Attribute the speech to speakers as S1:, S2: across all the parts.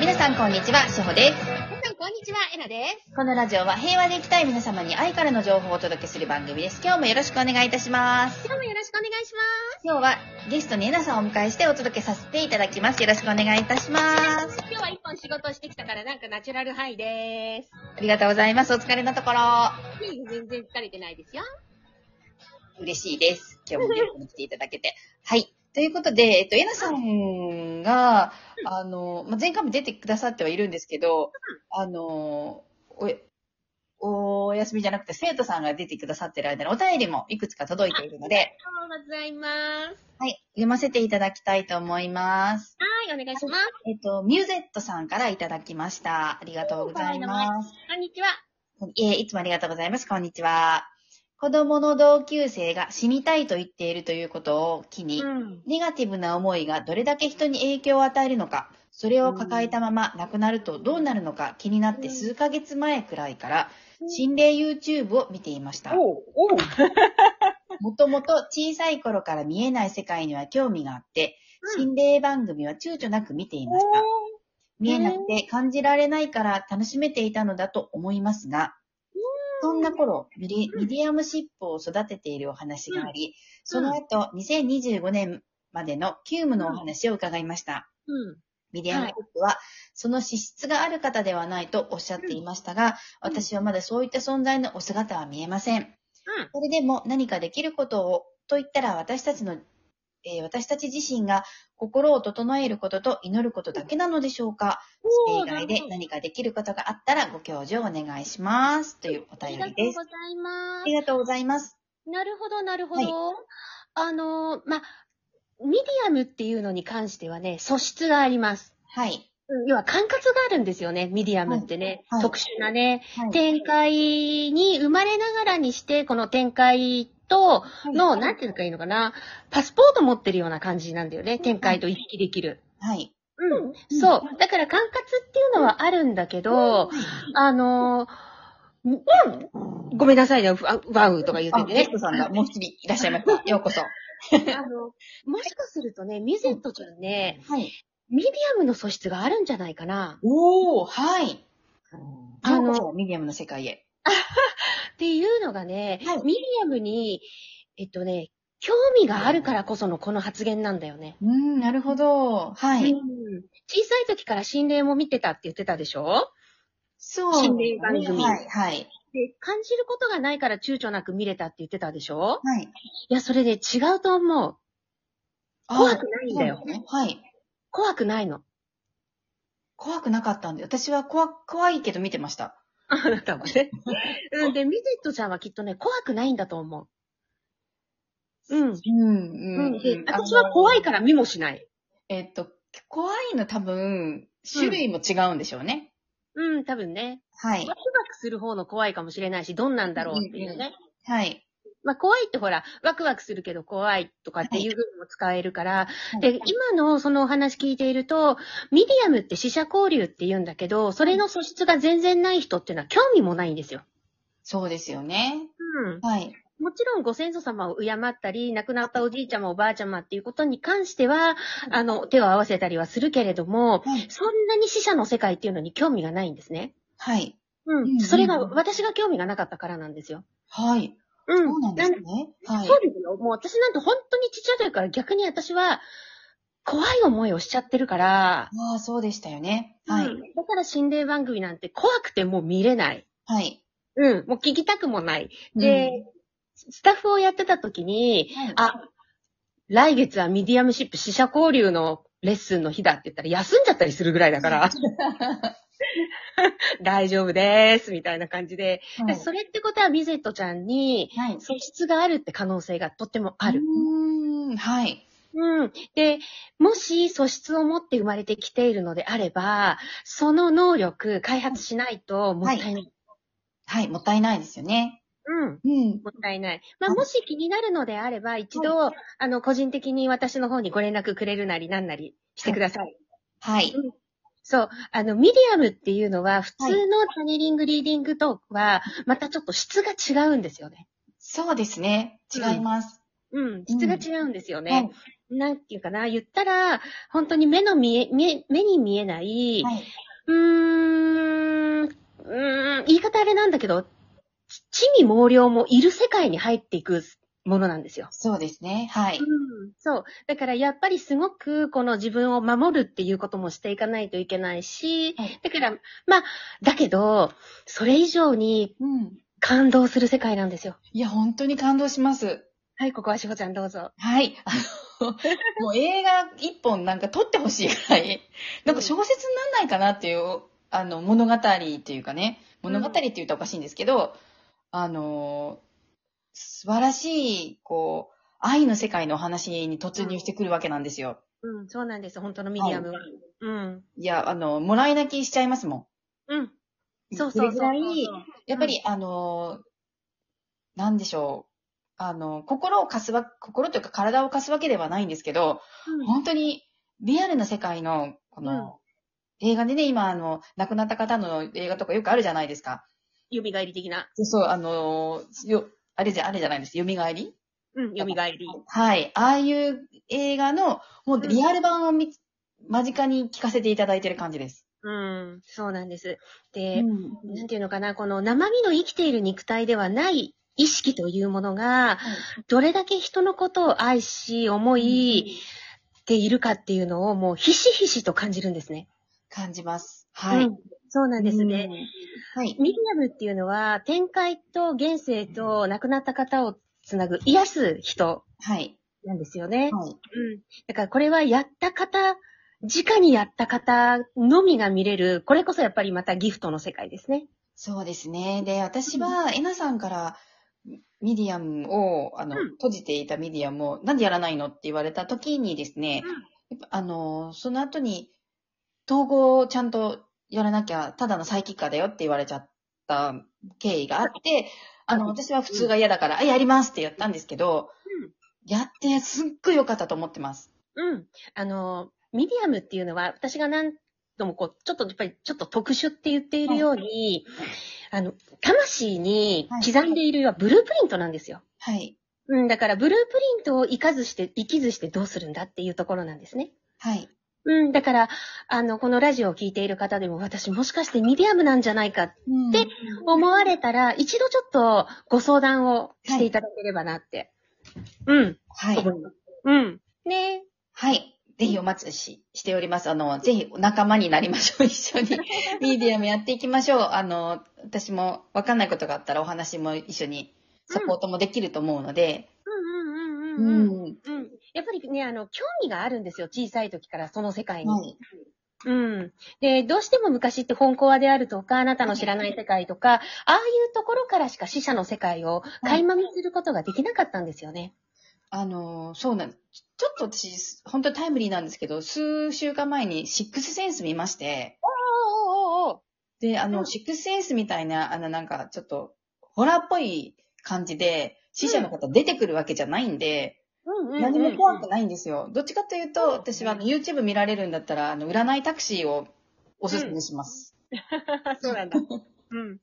S1: 皆さんこんにちは、しほです。
S2: 皆さん、こんにちは。えなです。
S1: このラジオは平和で生きたい皆様に愛からの情報をお届けする番組です。今日もよろしくお願いいたします。
S2: 今日もよろしくお願いし
S1: 今日はゲストにえなさんをお迎えしてお届けさせていただきます。よろしくお願いいたします。
S2: ます。今日は一本仕事をしてきたから、なんかナチュラルハイでーす。
S1: ありがとうございます。お疲れのところ。
S2: いい全然疲れてないですよ。
S1: 嬉しいです。今日もゲストに来ていただけて。はい。ということで、えっと、えなさんが、あの、まあ、前回も出てくださってはいるんですけど、あの、お、お休みじゃなくて生徒さんが出てくださってる間のお便りもいくつか届いているので、
S2: おはようございます。
S1: はい、読ませていただきたいと思います。
S2: はい、お願いします。
S1: えっと、ミューゼットさんからいただきました。ありがとうございます。
S2: こんにちは。
S1: いえ、いつもありがとうございます。こんにちは。子供の同級生が死にたいと言っているということを機に、
S2: ん。
S1: ネガティブな思いがどれだけ人に影響を与えるのか、それを抱えたまま亡くなるとどうなるのか気になって数ヶ月前くらいから、心霊 YouTube を見ていました。
S2: おう、おう。
S1: もともと小さい頃から見えない世界には興味があって、心霊番組は躊躇なく見ていました。見えなくて感じられないから楽しめていたのだと思いますが、そんな頃、ミリミディアムシップを育てているお話があり、その後、2025年までの急務のお話を伺いました。
S2: うん。
S1: ミディアムシップは、その資質がある方ではないとおっしゃっていましたが、私はまだそういった存在のお姿は見えません。
S2: うん。
S1: それでも何かできることをと言ったら私たちの、えー私たち自身が心を整えることと祈ることだけなのでしょうかそれ
S2: お
S1: 以外で
S2: あ
S1: 何かできることがあったらご教授お願いします。というお
S2: り
S1: 便
S2: がと
S1: り
S2: う
S1: で
S2: ご
S1: す。
S2: ざいま
S1: あ
S2: す
S1: り。がとうございます。
S2: なるほど、なるほど。あのー、ま、ミディアムっていうのに関してはね、素質があります。
S1: はい。
S2: うん要は管轄があるんですよね、ミディアムってね。
S1: はいはい
S2: 特殊なね、
S1: はい
S2: 展開に生まれながらにして、この展開との、
S1: はい
S2: なんていうのかいいのかな、パスポート持ってるような感じなんだよね、展開と行き来できる。
S1: はい。
S2: うん。そう。だから管轄っていうのはあるんだけど、あのーんごめんなさいね、ふあワウとか言
S1: あ、
S2: ってて
S1: ゲ
S2: ね
S1: ス。トさんがもう一人いらっしゃいました。ようこそ。
S2: あのもしかするとね、ミュゼットちゃんね、
S1: はい。
S2: ミディアムの素質があるんじゃないかな。
S1: おー、はい。
S2: あ
S1: あ
S2: の
S1: の、ミディアムの世界へ。
S2: っていうのがね、
S1: はい
S2: ミディアムに、えっとね、興味があるからこそのこの発言なんだよね。
S1: うーん、なるほど。は
S2: う
S1: い
S2: ん。小さい時から心霊も見てたって言ってたでしょ
S1: そう。
S2: 心霊番組
S1: はい、はい。
S2: で、感じることがないから躊躇なく見れたって言ってたでしょ
S1: はい。
S2: いや、それで違うと思う。怖くないんだよ。
S1: ね。はい。
S2: 怖くないの。
S1: 怖くなかったんで、私は怖、怖いけど見てました。
S2: あなたもね。 うん、で、ミゼットちゃんはきっとね、怖くないんだと思う。う
S1: う
S2: ん。
S1: ん、
S2: うん、で私は怖い
S1: ら。
S2: から見もしない。
S1: えっと、怖いの多分、種類も違うんでしょうね。
S2: うん、多分ね。
S1: はい
S2: ワ。クワクする方の怖いかもしれないし、どんなんだろうっていう
S1: うんうん
S2: ね。
S1: はい。
S2: まあ、怖いってほら、ワクワクするけど怖いとかっていう部分も使えるから、
S1: い
S2: で、今のそのお話聞いていると、ミディアムって死者交流って言うんだけど、それの素質が全然ない人っていうのは興味もないんですよ。
S1: そうですよね。
S2: うん。
S1: はい。
S2: もちろんご先祖様を敬ったり、亡くなったおじいちゃまおばあちゃまっていうことに関しては、あの、手を合わせたりはするけれども、
S1: はい。
S2: そんなに死者の世界っていうのに興味がないんですね。
S1: はい。
S2: うん
S1: うん
S2: それが私が興味がなかったからなんですよ。
S1: はい。
S2: う
S1: そうなんですね。はい
S2: そう。ですよ。もう私なんて本当にちっちゃい時から逆に私は怖い思いをしちゃってるから、
S1: ああ、そうでしたよね。は
S2: う
S1: い。
S2: んだから心霊番組なんて怖くてもう見れない。
S1: はい。
S2: うん。もう聞きたくもない。
S1: うん
S2: で、スタッフをやってた時に、
S1: はい
S2: あ、来月はミディアムシップ死者交流のレッスンの日だって言ったら休んじゃったりするぐらい だから、大丈夫です、みたいな感じで。
S1: はい
S2: でそれってことはミゼットちゃんに
S1: はい。
S2: 素質があるって可能性がとってもある。
S1: うーん、はい。
S2: うん。で、もし素質を持って生まれてきているのであれば、その能力開発しないともったいない。
S1: はい。もったいないですよね。
S2: うん。
S1: うん。
S2: もったいない。まあ、
S1: はい
S2: もし気になるのであれば、一度、あの、個人的に私の方にご連絡くれるなりなんなりしてください。
S1: はい。
S2: そう。あの、ミディアムっていうのは、普通のチャネリングリーディングとは、またちょっと質が違うんですよね。
S1: そうですね。違います。
S2: うん。質が違うんですよね。
S1: はい
S2: なんていうかな、言ったら、本当に目の見え、見え目に見えない、
S1: はい。
S2: うーん、うーん、言い方あれなんだけど、ち地に毛量もいる世界に入っていくものなんですよ。
S1: そうですね。はい。
S2: そう。だからやっぱりすごくこの自分を守るっていうこともしていかないといけないし、
S1: はい
S2: だから、まあ、だけど、それ以上に
S1: うん。
S2: 感動する世界なんですよ。
S1: いや、本当に感動します。
S2: はい、ここはしほちゃんどうぞ。
S1: はい。 あの、もう映画一本なんか撮ってほしいぐらい、なんか小説になんないかなっていう、あの、物語っていうかね、
S2: うん
S1: 物語って言ったらおかしいんですけど、あの、素晴らしい、こう、愛の世界のお話に突入してくるわけなんですよ。
S2: うん、そうなんです。本当のミディアムは。うん。
S1: いや、あの、もらい泣きしちゃいますもん。
S2: うん。そうそうそうそう。
S1: れぐらい、やっぱり、あの、なんでしょう。あの、心を貸すわ、心というか体を貸すわけではないんですけど、本当にリアルな世界の、この、映画でね、今、あの、亡くなった方の映画とかよくあるじゃないですか。
S2: うん、蘇り的な。
S1: そうそう、あの、よ、あれじゃ、あれじゃないです。蘇り
S2: うん、蘇り。
S1: はい。ああいう映画の、もう
S2: うん
S1: リアル版を見つ、間近に聞かせていただいてる感じです。
S2: うん、そうなんです。
S1: う
S2: で、
S1: ん。
S2: なんていうのかな、この生身の生きている肉体ではない意識というものが、どれだけ人のことを愛し、思いっているかっていうのをもうひしひしと感じるんですね。
S1: 感じます。はい。
S2: うんそうなんですね。
S1: うん。はい。
S2: ミディアムっていうのは、展開と現世と亡くなった方をつなぐ、癒す人
S1: はい。
S2: なんですよね。
S1: はい。
S2: うん。だからこれはやった方、直にやった方のみが見れる、これこそやっぱりまたギフトの世界ですね。
S1: そうですね。で、私は、えなさんから、ミディアムを、あの、
S2: うん
S1: 閉じていたミディアムを、なんでやらないのって言われた時にですね、
S2: うん
S1: やっぱあの、その後に、統合をちゃんとやらなきゃ、ただのサイキッカーだよって言われちゃった経緯があって、あの、
S2: うん
S1: 私は普通が嫌だから、あ、やりますってやったんですけど、
S2: うん
S1: やって、すっごい良かったと思ってます。
S2: うん。あの、ミディアムっていうのは、私が何度もこう、ちょっとやっぱりちょっと特殊って言っているように、あの、魂に刻んでいるようなブループリントなんですよ。
S1: はい。
S2: うん、だからブループリントを生かずして、生きずしてどうするんだっていうところなんですね。
S1: はい。
S2: うん、だから、あの、このラジオを聞いている方でも、私もしかしてミディアムなんじゃないかって
S1: で、
S2: 思われたら、一度ちょっとご相談をしていただければなって。うん、
S1: はい。
S2: 思います。うん。ねえ
S1: はい。ぜひお待ちししております。あの、ぜひお仲間になりましょう。 一緒 に。ミディアムやっていきましょう。あの、私もわかんないことがあったらお話も一緒にサポートもできると思うので。
S2: うんうん
S1: う
S2: うんうんう
S1: ん
S2: ん。うん。やっぱりね、あの、興味があるんですよ。小さい時から、その世界に。
S1: はい。
S2: うん。で、どうしても昔って本コアであるとか、あなたの知らない世界とか、ああいうところからしか死者の世界を垣間見することができなかったんですよね。
S1: あの、そうなんちちょっと私、本当にタイムリーなんですけど、数週間前にシックスセンス見まして、
S2: おーおーおーお
S1: で、あ
S2: う
S1: の、
S2: ん
S1: シックスセンスみたいな、あの、なんかちょっと、ホラーっぽい感じで、死者の方出てくるわけじゃないんで、
S2: うんうん、うん。
S1: 何も怖く
S2: い。
S1: ないんですよ。どっちかというと、私はあの YouTube 見られるんだったら、あの、占いタクシーをおすすめします。
S2: そうなんだ。うん。
S1: うん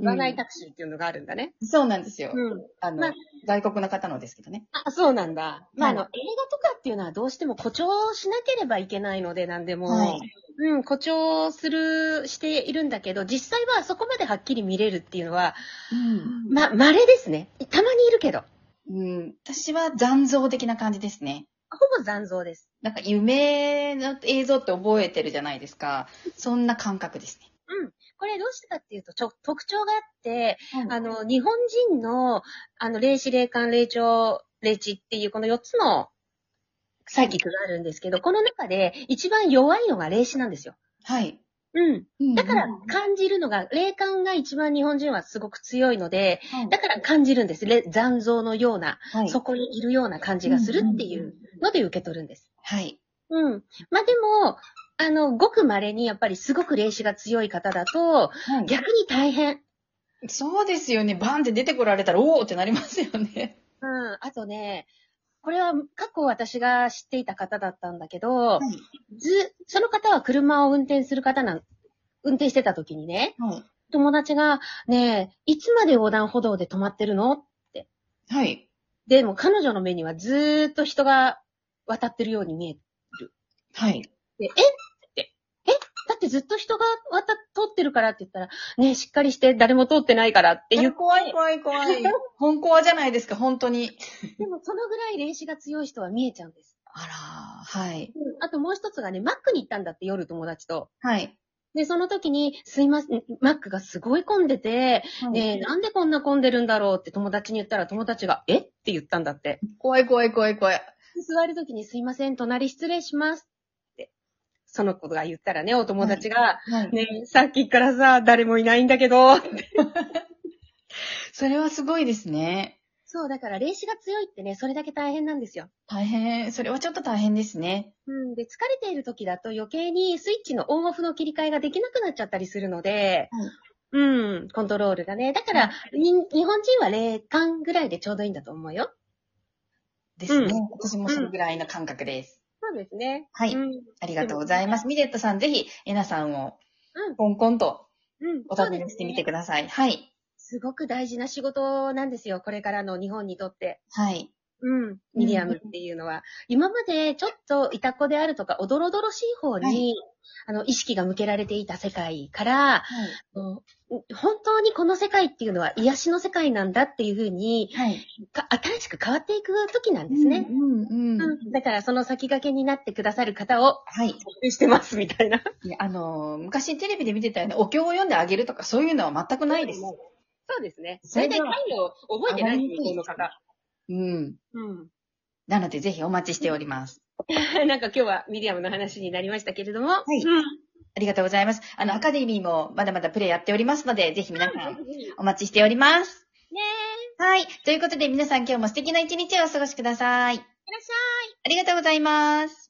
S2: 占いタクシーっていうのがあるんだね。
S1: そうなんですよ。
S2: うん。
S1: あの、
S2: まあ
S1: 外国の方のですけどね。
S2: あ、そうなんだ。まあ、あの、映
S1: は
S2: 画とかっていうのはどうしても誇張しなければいけないので、なんでも。
S1: はい
S2: うん、誇張する、しているんだけど、実際はそこまではっきり見れるっていうのは、
S1: うん。
S2: ま、稀ですね。たまにいるけど。
S1: うん、私は残像的な感じですね。
S2: ほぼ残像です。
S1: なんか夢の映像って覚えてるじゃないですか。そんな感覚ですね。
S2: これどうしてかっていうと、ちょ、特徴があって、あ
S1: あの、
S2: の、日本人の、あの、霊視、霊感、霊長、霊知っていうこの4つのサイキックがあるんですけど、この中で一番弱いのが霊視なんですよ。
S1: はい。
S2: うん。だから
S1: うんうん
S2: 感じるのが、霊感が一番日本人はすごく強いので、
S1: はい
S2: だから感じるんです。れ残像のような、
S1: はい
S2: そこにいるような感じがするっていう。ので受け取るんです。
S1: はい。
S2: うん。まあでも、あの、ごく稀にやっぱりすごく霊視が強い方だと、
S1: はい
S2: 逆に大変。
S1: そうですよね。バンって出てこられたら、おおってなりますよね。
S2: うん。あとね、これは過去私が知っていた方だったんだけど、
S1: はい。
S2: ず、その方は車を運転する方なん、運転してた時にね、
S1: はい。
S2: 友達が、ねえ、いつまで横断歩道で止まってるの
S1: はい。
S2: でも彼女の目にはずーっと人が渡ってるように見え
S1: はい。
S2: て、えって、えだってずっと人が渡っ、通ってるからって言ったら、ねえ、しっかりして誰も通ってないからって言っ
S1: え怖い怖い怖い。本コアじゃないですか、本当に。
S2: でもそのぐらい霊視が強い人は見えちゃうんです。
S1: あら、はい。
S2: あともう一つがね、マックに行ったんだって夜友達と。
S1: はい。
S2: で、その時に、すいません、マックがすごい混んでて、ねえ、なんでこんな混んでるんだろうって友達に言ったら友達が、えって言ったんだって。
S1: 怖い怖い怖い怖い。
S2: 座る時にすいません、隣失礼しますって。その子が言ったらね、お友達が、
S1: はい。
S2: ねえ、さっきからさ、誰もいないんだけど。
S1: それはすごいですね。
S2: そう、だから、霊視が強いってね、それだけ大変なんですよ。
S1: 大変、それはちょっと大変ですね。
S2: うん、で、疲れている時だと余計にスイッチのオンオフの切り替えができなくなっちゃったりするので、うん、コントロールがね。だから、に日本人は霊感ぐらいでちょうどいいんだと思うよ。
S1: ですね。
S2: う
S1: 私もそのぐらいの感覚です。
S2: そうですね。
S1: はい
S2: うん、
S1: ありがとうございます。ミレットさん、ぜひ、エナさんを
S2: うん、
S1: コンコンと
S2: うん。
S1: お尋ねしてみてください。はい。
S2: そうですねすごく大事な仕事なんですよ。これからの日本にとって。
S1: はい。
S2: うん。ミディアムっていうのは、今までちょっといたこであるとか、おどろどろしい方に、
S1: はい
S2: あの、意識が向けられていた世界から、もう本当にこの世界っていうのは癒しの世界なんだっていうふうに、
S1: はい。
S2: か新しく変わっていく時なん
S1: で
S2: ですす
S1: ね
S2: ね。。
S1: うん、うん。
S2: うんだからその先駆けになってくださる方を、
S1: はい。
S2: してますみたいな。
S1: いやあのー、昔テレビで見てたようなお経を読んであげるとかそういうのは全く ないです。
S2: そうですね。
S1: それでは
S2: を
S1: あ
S2: 覚
S1: まりに
S2: 方。
S1: うん。
S2: う
S1: なのでぜひお待ちしております。
S2: ん。 なんか今日はミディアムの話になりましたけれども。はいうん。
S1: ありがとうございます。あの、アカデミーもまだまだプレイやっておりますので、ぜひ皆さん
S2: ぜひぜひ
S1: お待ちしております。
S2: ね
S1: はい。ということで皆さん今日も素敵な一日をお過ごしください。いらっしゃい。ありがとうございます。